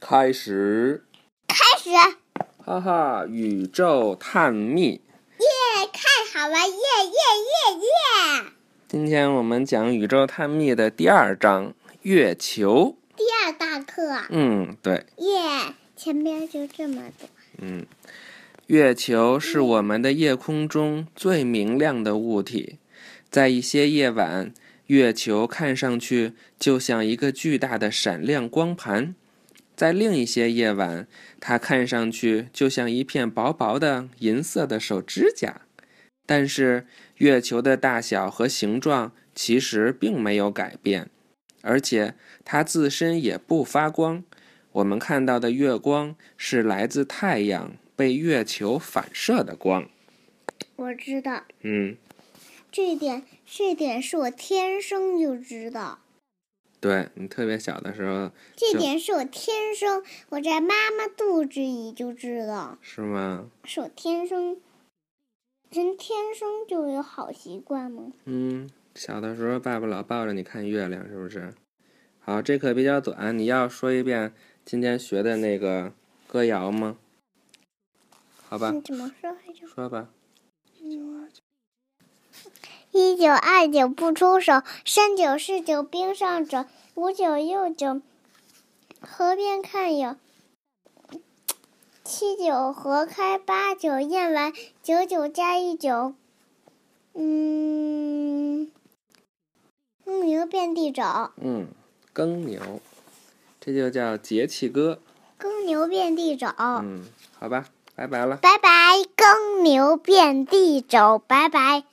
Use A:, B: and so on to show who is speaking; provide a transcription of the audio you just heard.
A: 开始，
B: 开始，耶！
A: 哈哈，宇宙探秘。
B: 太好玩，耶耶耶耶！
A: 今天我们讲宇宙探秘的第二章月球。
B: 第二大课，
A: 嗯，对，
B: 耶！前面就这么多，
A: 嗯，月球是我们的夜空中最明亮的物体，在一些夜晚，月球看上去就像一个巨大的闪亮光盘；在另一些夜晚，它看上去就像一片薄薄的银色的手指甲。但是，月球的大小和形状其实并没有改变，而且它自身也不发光。我们看到的月光是来自太阳被月球反射的光。
B: 我知道
A: 嗯，
B: 这一点，这一点是我天生就知道，
A: 对你特别小的时候
B: 这
A: 就
B: 点是我天生，我在妈妈肚子里就知道，
A: 是吗？
B: 是我天生，人天生就有好习惯吗？
A: 嗯，小的时候爸爸老抱着你看月亮，是不是？好，这课比较短，你要说一遍今天学的那个歌谣吗？好吧
B: 你，怎么说来着？
A: 说吧。
B: 一九二九不出手，三九四九冰上走，五九六九河边看友，七九河开，八九雁来，九九加一九，嗯，公牛遍地走，
A: 嗯，耕牛，这就叫节气歌。
B: 公牛遍地走，
A: 嗯嗯，好吧，拜拜了。
B: 拜拜，公牛遍地走，拜拜。